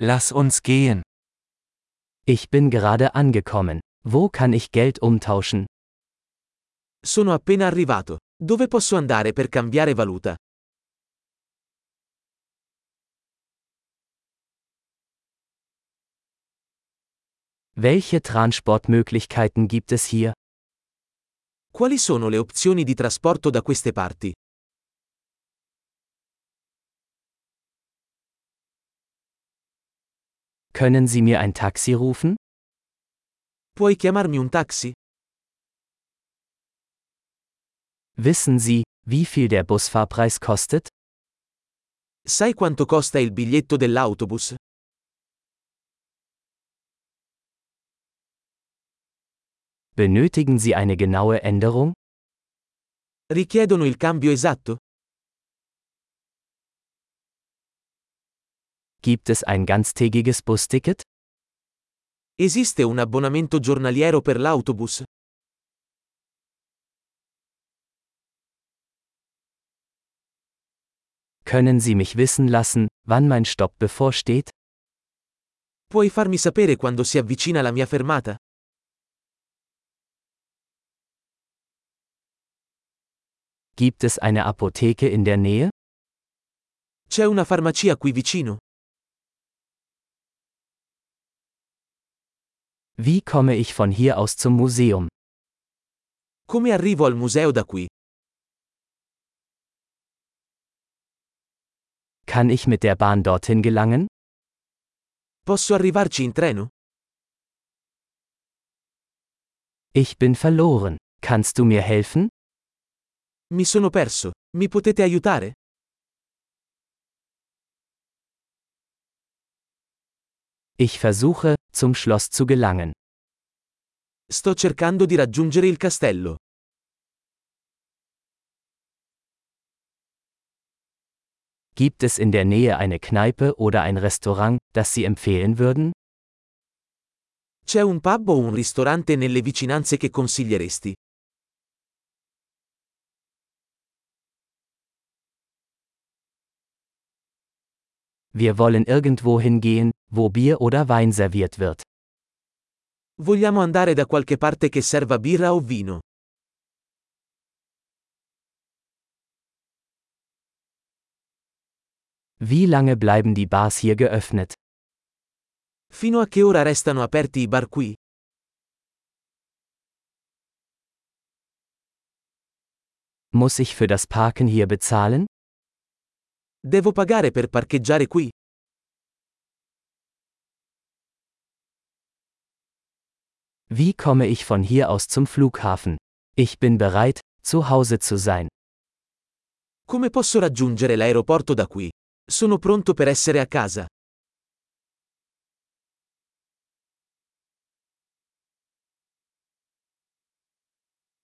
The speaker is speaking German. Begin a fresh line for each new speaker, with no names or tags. Lass uns gehen.
Ich bin gerade angekommen. Wo kann ich Geld umtauschen?
Sono appena arrivato. Dove posso andare per cambiare valuta?
Welche Transportmöglichkeiten gibt es hier?
Quali sono le opzioni di trasporto da queste parti?
Können Sie mir ein Taxi rufen?
Puoi chiamarmi un taxi?
Wissen Sie, wie viel der Busfahrpreis kostet?
Sai quanto costa il biglietto dell'autobus?
Benötigen Sie eine genaue Änderung?
Richiedono il cambio esatto?
Gibt es ein ganztägiges Busticket?
Esiste un abbonamento giornaliero per l'autobus?
Können Sie mich wissen lassen, wann mein Stopp bevorsteht?
Puoi farmi sapere quando si avvicina la mia fermata?
Gibt es eine Apotheke in der Nähe?
C'è una farmacia qui vicino?
Wie komme ich von hier aus zum Museum?
Come arrivo al museo da qui?
Kann ich mit der Bahn dorthin gelangen?
Posso arrivarci in treno?
Ich bin verloren. Kannst du mir helfen?
Mi sono perso. Mi potete aiutare?
Ich versuche, zum Schloss zu gelangen.
Sto cercando di raggiungere il castello.
Gibt es in der Nähe eine Kneipe oder ein Restaurant, das Sie empfehlen würden?
C'è un pub o un ristorante nelle vicinanze che consiglieresti?
Wir wollen irgendwo hingehen, wo Bier oder Wein serviert wird.
Vogliamo andare da qualche parte che serva birra o vino.
Wie lange bleiben die Bars hier geöffnet?
Fino a che ora restano aperti i bar qui?
Muss ich für das Parken hier bezahlen?
Devo pagare per parcheggiare qui?
Wie komme ich von hier aus zum Flughafen? Ich bin bereit, zu Hause zu sein.
Come posso raggiungere l'aeroporto da qui? Sono pronto per essere a casa.